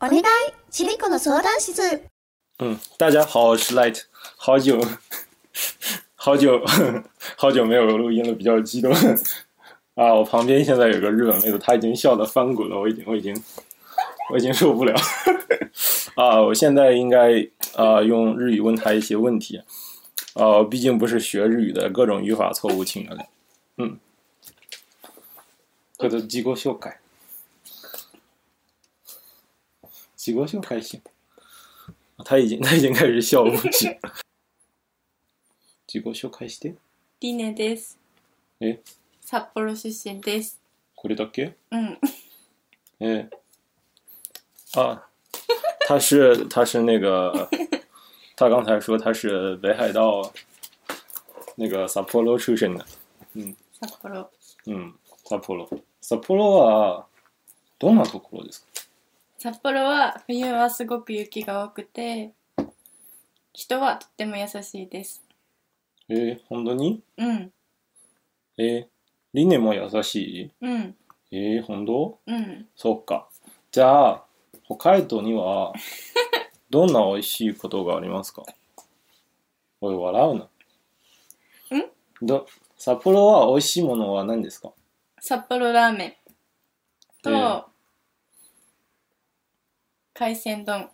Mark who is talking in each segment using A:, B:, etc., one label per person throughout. A: お願いちびっこの相談室
B: 嗯，大家好，我是 Light，好久， 好久， 好久没有录音了，比较激动 啊！我旁边现在有个日本妹子，她已经笑得翻滚了，我已经，我已经，我已经受不了 啊！我现在应该啊、呃用日语问她一些问题啊，我毕竟不是学日语的，各种语法错误请原谅。嗯，这都自己紹介，自己紹介行。他已经 他已经开始笑了。自己紹介して。
C: リネです。
B: え、
C: 札幌出身です。
B: これだけ？
C: うん。
B: え、啊，他是他是那个，他刚才说他是北海道那个札幌出身的。
C: 札幌。
B: 嗯，札幌。札幌はどんなところですか？
C: 札幌は冬はすごく雪が多くて、人はとっても優しいです。
B: え、本当に？
C: うん。
B: え、リネも優し
C: うん。
B: い？え、本当？
C: うん。
B: そっか。じゃあ、北海道に は、どんな美味しいことがありますかおい、笑うな。
C: ん
B: ど、札幌は美味しいものは何ですか
C: 札幌ラーメンと、
B: うん
C: 海鮮丼。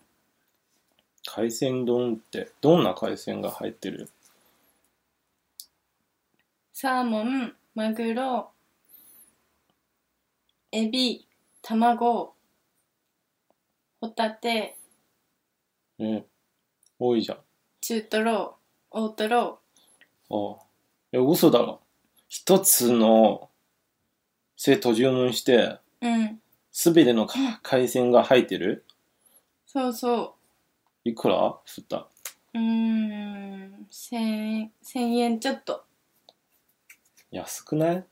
B: 海鮮丼って、どんな海鮮が入ってる
C: サーモン、マグロ、エビ、卵、ホタテ、
B: え、多いじゃん。
C: 中トロ、大トロ、
B: ああ。え、嘘だろ。一つの、セット注文して、
C: うん。
B: すべてのか海鮮が入ってる
C: そうそう。
B: いくら振った。
C: うーん、千円、千円ちょっと。
B: 安くない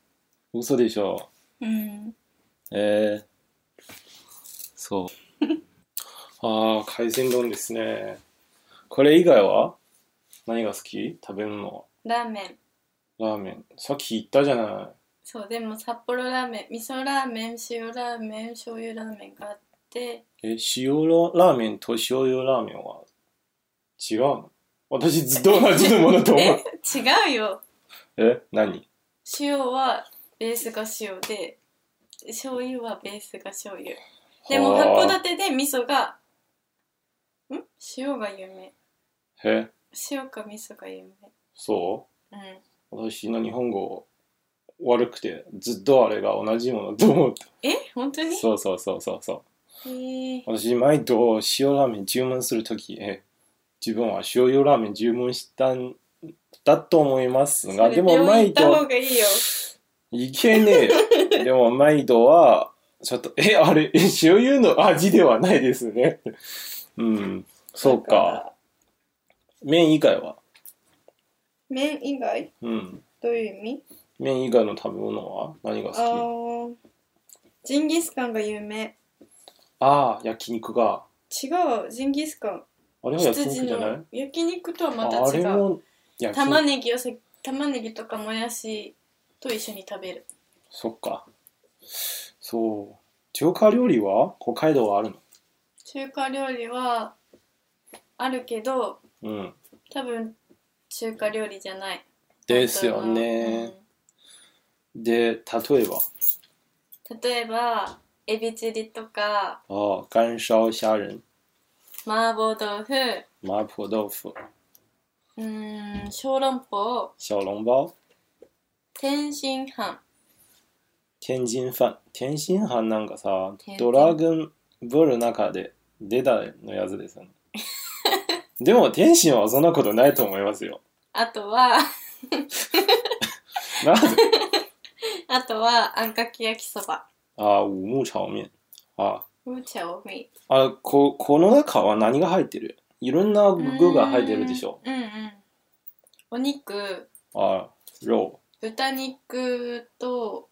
B: 嘘でしょ。
C: うん。
B: えー、そう。ああ、海鮮丼ですね。これ以外は何が好き食べ物
C: ラーメン。
B: は。ラーメン。さっき言ったじゃな
C: そう、でも札幌ラーメン、味噌ラーメン、塩ラーメン、醤油ラーメンがあって、
B: い。え、塩ララーメンと塩油ラーメンは違うの私ずっと同じのものと 思う。
C: 違うよ
B: え、何
C: 塩はベースが塩で、醤油はベースが醤油。でも
B: はあ
C: 函館で味噌が、ん塩が有名。
B: え、
C: 塩か味噌が有
B: そ
C: 名。うん。
B: う私の日本語悪くてずっとあれが同じものと 思った。
C: え本当に
B: そうそうそうそうそう。
C: へー
B: 私、毎度塩ラーメン注文するとき、え自分は塩用ラーメン注文したんだと思います
C: そ
B: が、
C: れ
B: でも
C: 病
B: 毎
C: 院行った方
B: 度、
C: がいいよ。
B: いけねえよ。でも毎度は、ちょっと、え、あれ、え塩油の味ではないですね。うん、そう
C: だ
B: か。
C: ら。
B: 麺以外は、
C: 麺以外
B: うん、
C: どういう意味
B: 麺以外の食べ物は何が
C: あ
B: 好き
C: ージンギスカンが有名
B: ああ、焼肉が。
C: 違うジンギスカン
B: あれは焼
C: 羊
B: 肉じゃない
C: の焼肉とはま
B: あ
C: た
B: あれ
C: 違う
B: も焼
C: 玉
B: 肉。
C: ねぎをせ玉ねぎとかもやしと一緒に食べる
B: そっか。そう。中華料理は北海道はあるの
C: 中華料理はあるけど
B: うん。
C: 多分中華料理じゃない
B: ですよね。、で、例えば、
C: うん例えばエビチリとか
B: ああ、干烧虾仁、
C: 麻婆豆腐
B: 麻婆豆腐、
C: うーん小籠包
B: 小笼包、
C: 天津飯
B: 天津飯。天津飯なんかさ
C: 天、津
B: ドラゴンボールの中で出たのやつですよね。 でも天津はそんなことないと思いますよ。
C: あとは
B: なぜ
C: あとはあんかけ焼きそば
B: ああ、五目炒面。あ
C: うーちゃおみ
B: あ、あこ、この中は何が入ってるいろんな具が入ってるでしょ。
C: うんうんお肉
B: ああ、肉。
C: 豚肉と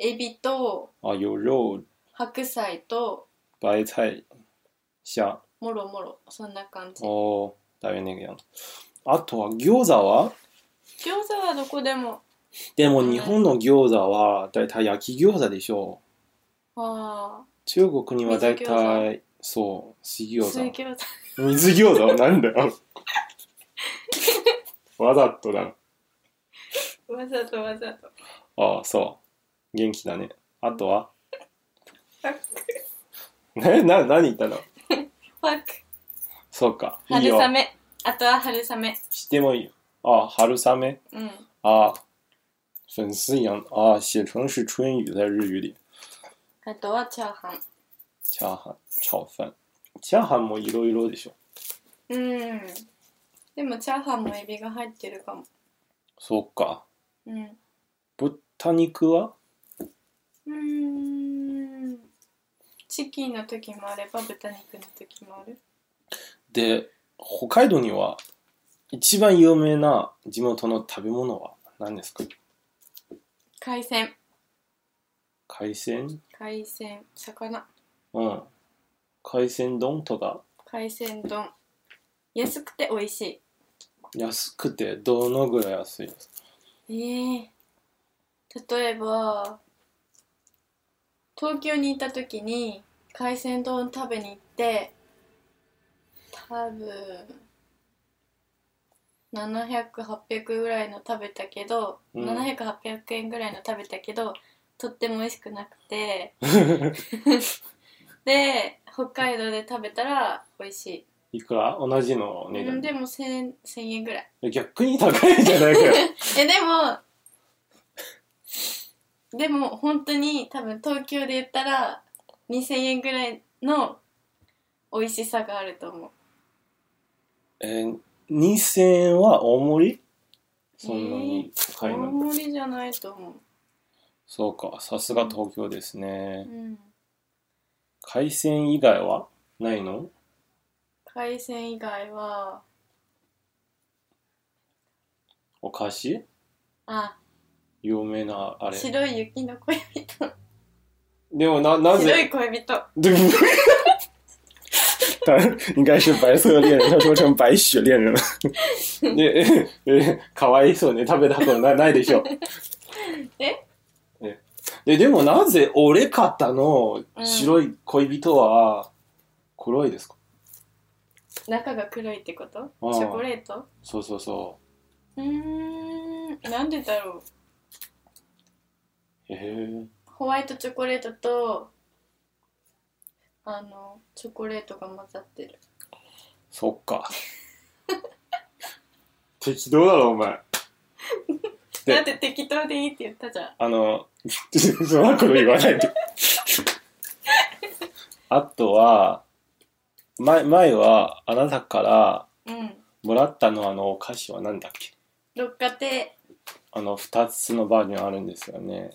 C: エビと
B: あ、有肉、
C: 白菜と
B: 白菜、虾。
C: もろもろそんな感じ餃
B: おー、大変那个样子。あとは餃子は
C: 子はどこでも
B: でも日本の餃子はだいたい焼き餃子でしょ
C: あ
B: 中国には大
C: 水餃
B: 体、そう、水
C: 水
B: 餃
C: 餃
B: 子。
C: 子
B: 水餃子はなんだよ。わざとだ
C: わざとわざと
B: ああ、そう。元気だね。あとは
C: ファック
B: え、な、何言ったの
C: ファック
B: そうか。いい
C: 春
B: よ。
C: 雨あとは春雨
B: してもいいよ。ああ、春雨。
C: うん
B: 啊，粉丝羊啊，写成是春雨，在日语里，
C: あとはチャーハン
B: チャーハン炒饭，チャーハンもいろいろでしょ。
C: うんでもチャーハンもエビが入ってるかも
B: そうか。
C: うん
B: 豚肉は？
C: うーんチキンの時もあれば豚肉の時もある
B: で、北海道には一番有名な地元の食べ物は何ですか？
C: 海鮮
B: 海鮮？
C: 海鮮魚
B: うん。海鮮丼とか
C: 海鮮丼安くて美味し
B: 安くてどのぐらい安いですか？
C: いええ例えば東京にいた時に海鮮丼食べに行って多分700800ぐらいの食べたけど、
B: うん
C: 700800円ぐらいの食べたけどとっても美味しくなく てで北海道で食べたら美味しい
B: いくら？同じの値
C: うん、
B: 段。
C: でも1000円1000円ぐらい
B: 逆に高いんじゃないかよ。
C: えでもでも本当に多分東京で言ったら2000円ぐらいの美味しさがあると思う
B: えー、2000円は大盛りそんなに高
C: 大
B: いの、
C: 盛りじゃないと思う、
B: そうかさすが東京ですね
C: うん、
B: 海鮮以外はないの
C: 海鮮以外は
B: お菓子
C: あ
B: 有名なあれ
C: 白い雪の恋人
B: でもなな
C: 白
B: ぜ
C: い恋人
B: 他应该是白色恋人，他说成白雪恋人了。え、え、可愛いそうね。食べたことないないでしょ。
C: え
B: えで、でもなぜ俺方の白い恋人は黒いですか、
C: 中が黒いってこと
B: ああ
C: チョコレート
B: そうそうそう
C: ーんなんでだろう
B: う。へえ。
C: ホワイトチョコレートとあのチョコレートが混ざってる
B: そっか。 適当だろ、お前。で
C: だって適当でいいって言ったじゃん
B: あの、そんなこと言わないで。 あとは、前、前は、あなたから
C: うん
B: もらったのあのお菓子は何だっけ
C: 六花亭
B: あの、二つのバージョンあるんですよね。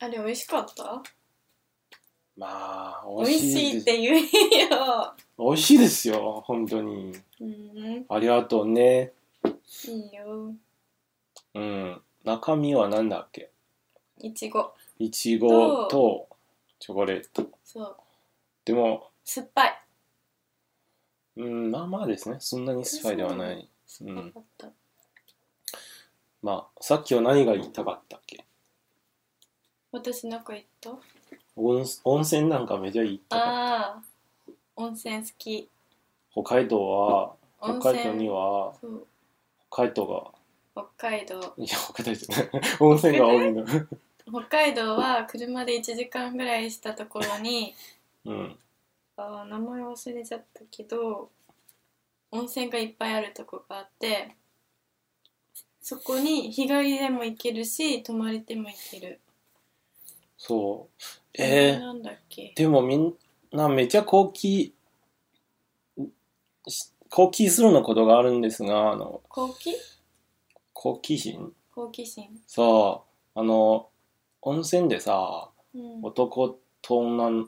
C: あれ美味しかった
B: まあ、
C: 美味しいっ
B: です。
C: て言えよ
B: 美味しいですよ、本当に。
C: うん
B: ありがとうね。
C: いいよ
B: うん。中身は何だっけ
C: いちご
B: いちご
C: と
B: とチョコレート。
C: そう
B: でも、
C: 酸っぱい
B: うん、まあまあですね。そんなに酸っぱいではない。う
C: 酸っ
B: ん。
C: ぱかった、
B: まあ、さっきは何が言いたかったっけ
C: 私なんか言った
B: 温温泉なんかめちゃ行ったから
C: ああ温泉好き
B: 北海道は、
C: 温
B: 北海道に
C: 泉
B: は、
C: そう
B: 北海道
C: 北海道
B: が、いや、北海道 じゃない。温泉が多いの。
C: 北海道は車で1時間ぐらいしたところに
B: うん。
C: あー名前忘れちゃったけど温泉がいっぱいあるとこがあってそこに日帰りでも行けるし泊まりでも行ける
B: そう。えー、
C: なんだっけ
B: でもみんなめちゃ好奇、し好奇するのことがあるんですが、あの、
C: 好奇
B: 好奇心
C: 好奇心
B: そう、あの、温泉でさ、
C: うん
B: 男と女っ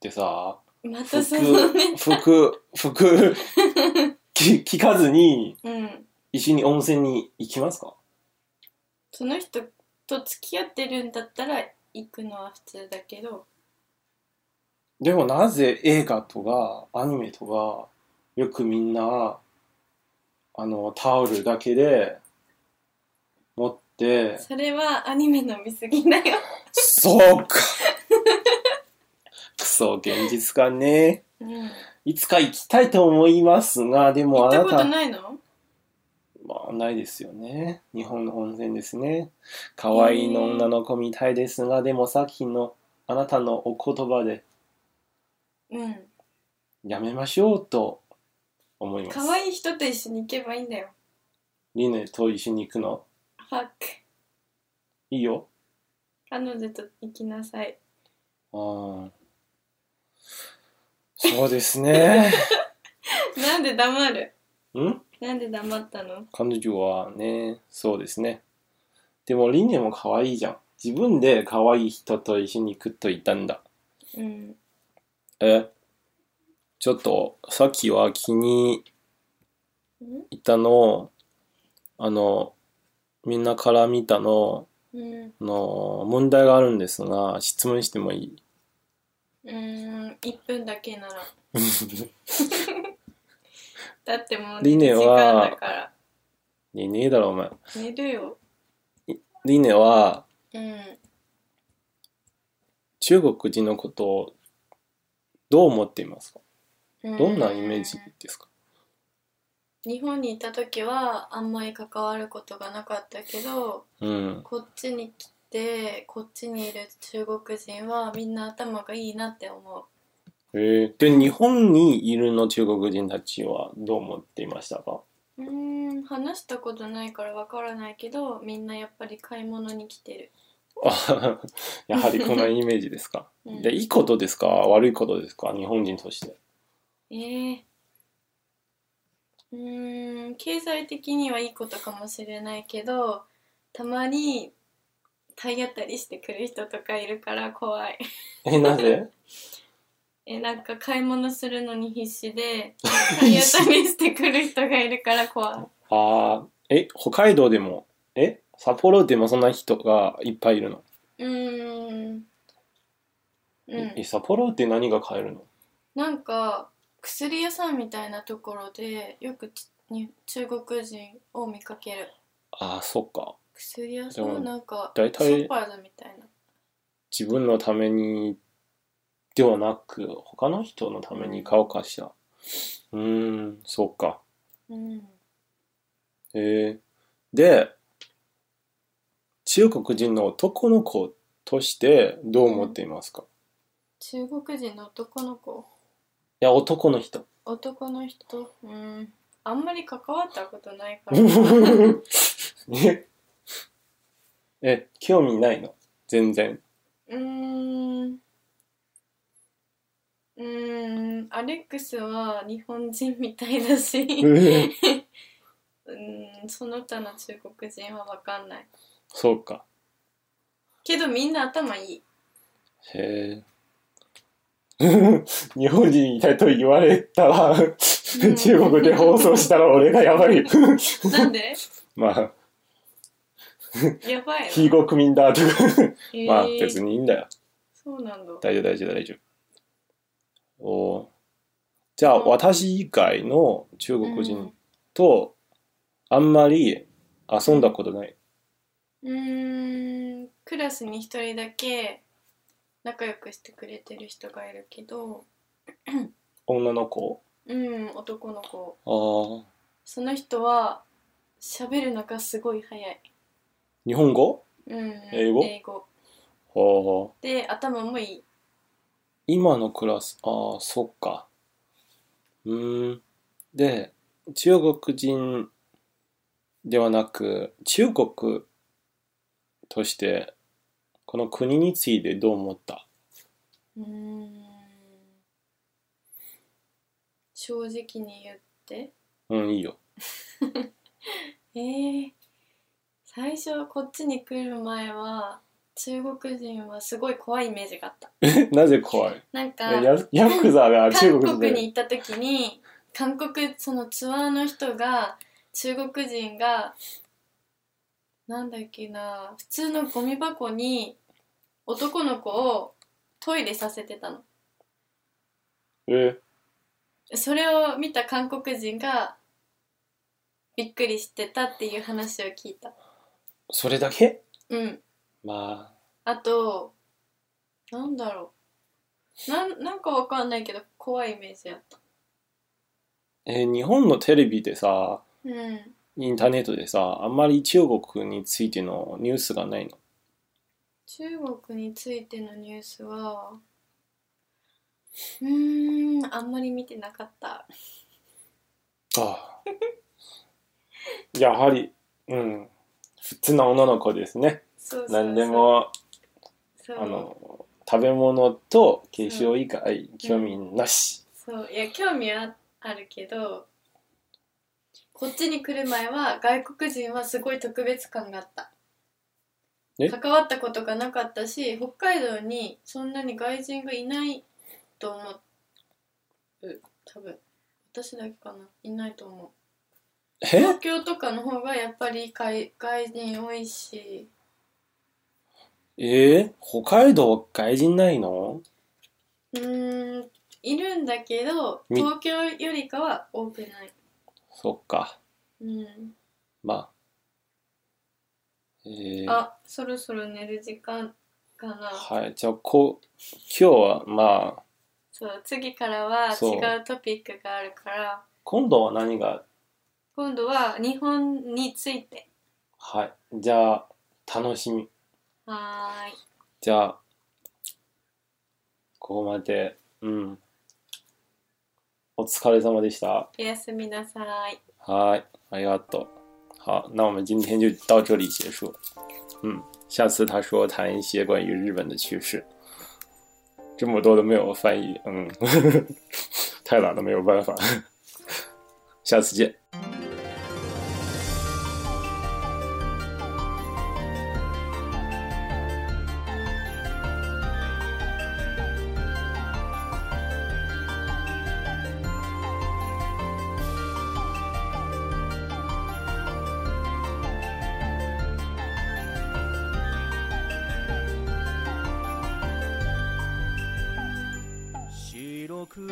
B: てさ、
C: またそのね
B: 服、服、服、き聞かずに、
C: うん
B: 一緒に温泉に行きますか
C: その人と付き合ってるんだったら行くのは普通だけど
B: でもなぜ映画とかアニメとか、よくみんな、あの、タオルだけで、持って、
C: それはアニメの見過ぎだよ
B: そうかくそう、現実感ね。
C: うん、行
B: いつか行きたいと思いますが、でも
C: っ
B: あ
C: た
B: な
C: こと
B: た、
C: ないの
B: まあ、ないですよね。日本の本線ですね。可愛いの女の子みたいですが、でもさっきのあなたのお言葉で
C: うん
B: やめましょうと思います。
C: 可愛い人と一緒に行けばいいんだよ
B: リネと一緒に行くの
C: ファック
B: いいよ。
C: 彼女と行きなさい
B: うん。そうです ね。
C: なんで黙る
B: うん
C: なんで黙ったの
B: 彼女はね、そうですね。でもリネも可愛いじゃん。自分で可愛い人と一緒に行くと言ったんだ。
C: うん
B: え、ちょっと、さっきは気に
C: うん
B: 入ったの、あの、みんなから見たの、
C: うん
B: あの、問題があるんですが、質問してもいい
C: うん1分だけならだってもう
B: リネは
C: 時間だから
B: ねえねえだろ、お前。
C: 寝るよ
B: リネは、
C: うん
B: 中国人のことをどう思っていますかどんなイメージですか
C: 日本にいた時はあんまり関わることがなかったけど
B: うん。
C: こっちに来てこっちにいる中国人はみんな頭がいいなって思
B: えー、で、日本にいるの中国人たちはどう思っていましたか
C: ううーん話したことないからわからないけどみんなやっぱり買い物に来てる
B: あやはりこのイメージですか。
C: うん
B: で、いいことですか悪いことですか日本人として。
C: えー、うーん経済的にはいいことかもしれないけどたまに体当たりしてくる人とかいるから怖い
B: え、なぜ
C: えなんか買い物するのに必死で体当たりしてくる人がいるから怖
B: ああ、え、北海道でも、え、札幌でもそんな人がいっぱいいるの、
C: いうーんうん
B: え、札幌って何が買えるの
C: なんか薬屋さんみたいなところでよくちに中国人を見かける
B: ああ、そっか。
C: 薬屋さ
B: でも
C: んなんか
B: 大
C: ス
B: 体
C: ーパーだみたいな
B: 自分のためにではなく、他の人のために買おうかしら。うーん、そっか。
C: うん
B: えー、で、中国人の男の子としてどう思っていますか、い
C: 中国人の男の子
B: や、男の人。
C: 男の人うんあんまり関わったことないから
B: ええ、興味ないの全然。
C: うーんうーんアレックスは日本人みたいだしうーんその他の中国人は分かんない
B: そうか。
C: けどみんな頭いい
B: へえ。 日本人いたいと言われたら、
C: うん
B: 中国で放送したら俺がやば い。
C: な んで
B: まあ、
C: やばい
B: 非国民だとか。
C: え
B: まあ、
C: ー
B: 別にいいんだよ。
C: そうなんだ
B: 大丈夫、大丈夫、大丈夫。おーじゃあ、私以外の中国人と、あんまり遊んだことない。
C: うーんクラスに一人だけ仲良くしてくれてる人がいるけど
B: 女の子
C: うん男の子
B: ああ。
C: その人は喋るのがすごい早い、
B: 日本語
C: うん、
B: 英語
C: 英語
B: ああ。
C: で頭もいい
B: 今のクラス、ああ、そっか。うーん。で、中国人ではなく、中国として、この国についてどう思った
C: うーん正直に言って
B: うん、いいよ。
C: えー、最初こっちに来る前は中国人はすごい怖いイメージがあった
B: なぜ怖い
C: なんか
B: えやヤクザが中
C: 韓
B: 国
C: 国
B: で。
C: に行った時に韓国そのツアーの人が中国人がなんだっけな普通のゴミ箱に男の子をトイレさせてたの
B: え
C: それを見た韓国人がびっくりしてたっていう話を聞いた
B: それだけ
C: うん
B: まあ、
C: あとなんだろうなんなんかわかんないけど怖いイメージやった
B: えー日本のテレビでさ
C: うん
B: インターネットでさあんまり中国についてのニュースがないの
C: 中国についてのニュースはうーんあんまり見てなかった
B: ああやはりうん普通の女の子ですね
C: そうそうそう
B: 何でも
C: そう
B: あの食べ物と化粧以外興味なし、
C: そういや興味はあるけどこっちに来る前は外国人はすごい特別感があった
B: え
C: 関わったことがなかったし北海道にそんなに外人がいないと思う多分私だけかないないと思う
B: え
C: 東京とかの方がやっぱり外外人多いし
B: えー、北海道外人ないの
C: うーんいるんだけど
B: み
C: 東京よりかは多くない
B: そっか
C: うん
B: まあえー、
C: あ、そろそろ寝る時間かな。
B: はいじゃあこう今日はまあ
C: そう、次からは
B: そう
C: 違うトピックがあるから、
B: 今度は何が
C: 今度は日本について。
B: はいじゃあ楽しみ
C: はーい。
B: じゃあ、ここまで、うん。お疲れ様でした。
C: おやすみなさい。
B: はーい，ありがとう。好，那我们今天就到这里结束。嗯，下次他说谈一些关于日本的趣事。这么多都没有翻译，嗯， 太懒了，没有办法。下次见。
D: 白く霞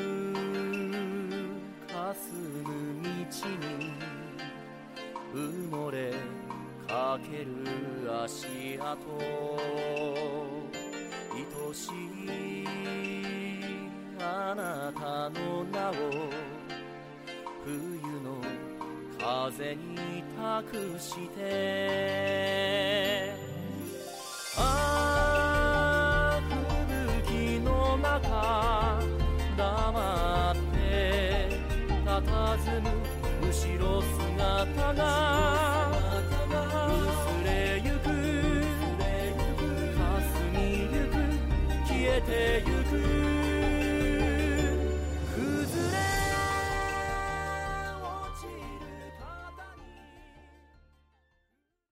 D: む道に埋もれかける足跡愛しいあなたの名を冬の風に託してああ吹雪の中黙って佇む後ろ姿が薄れゆく霞みゆく消えてゆく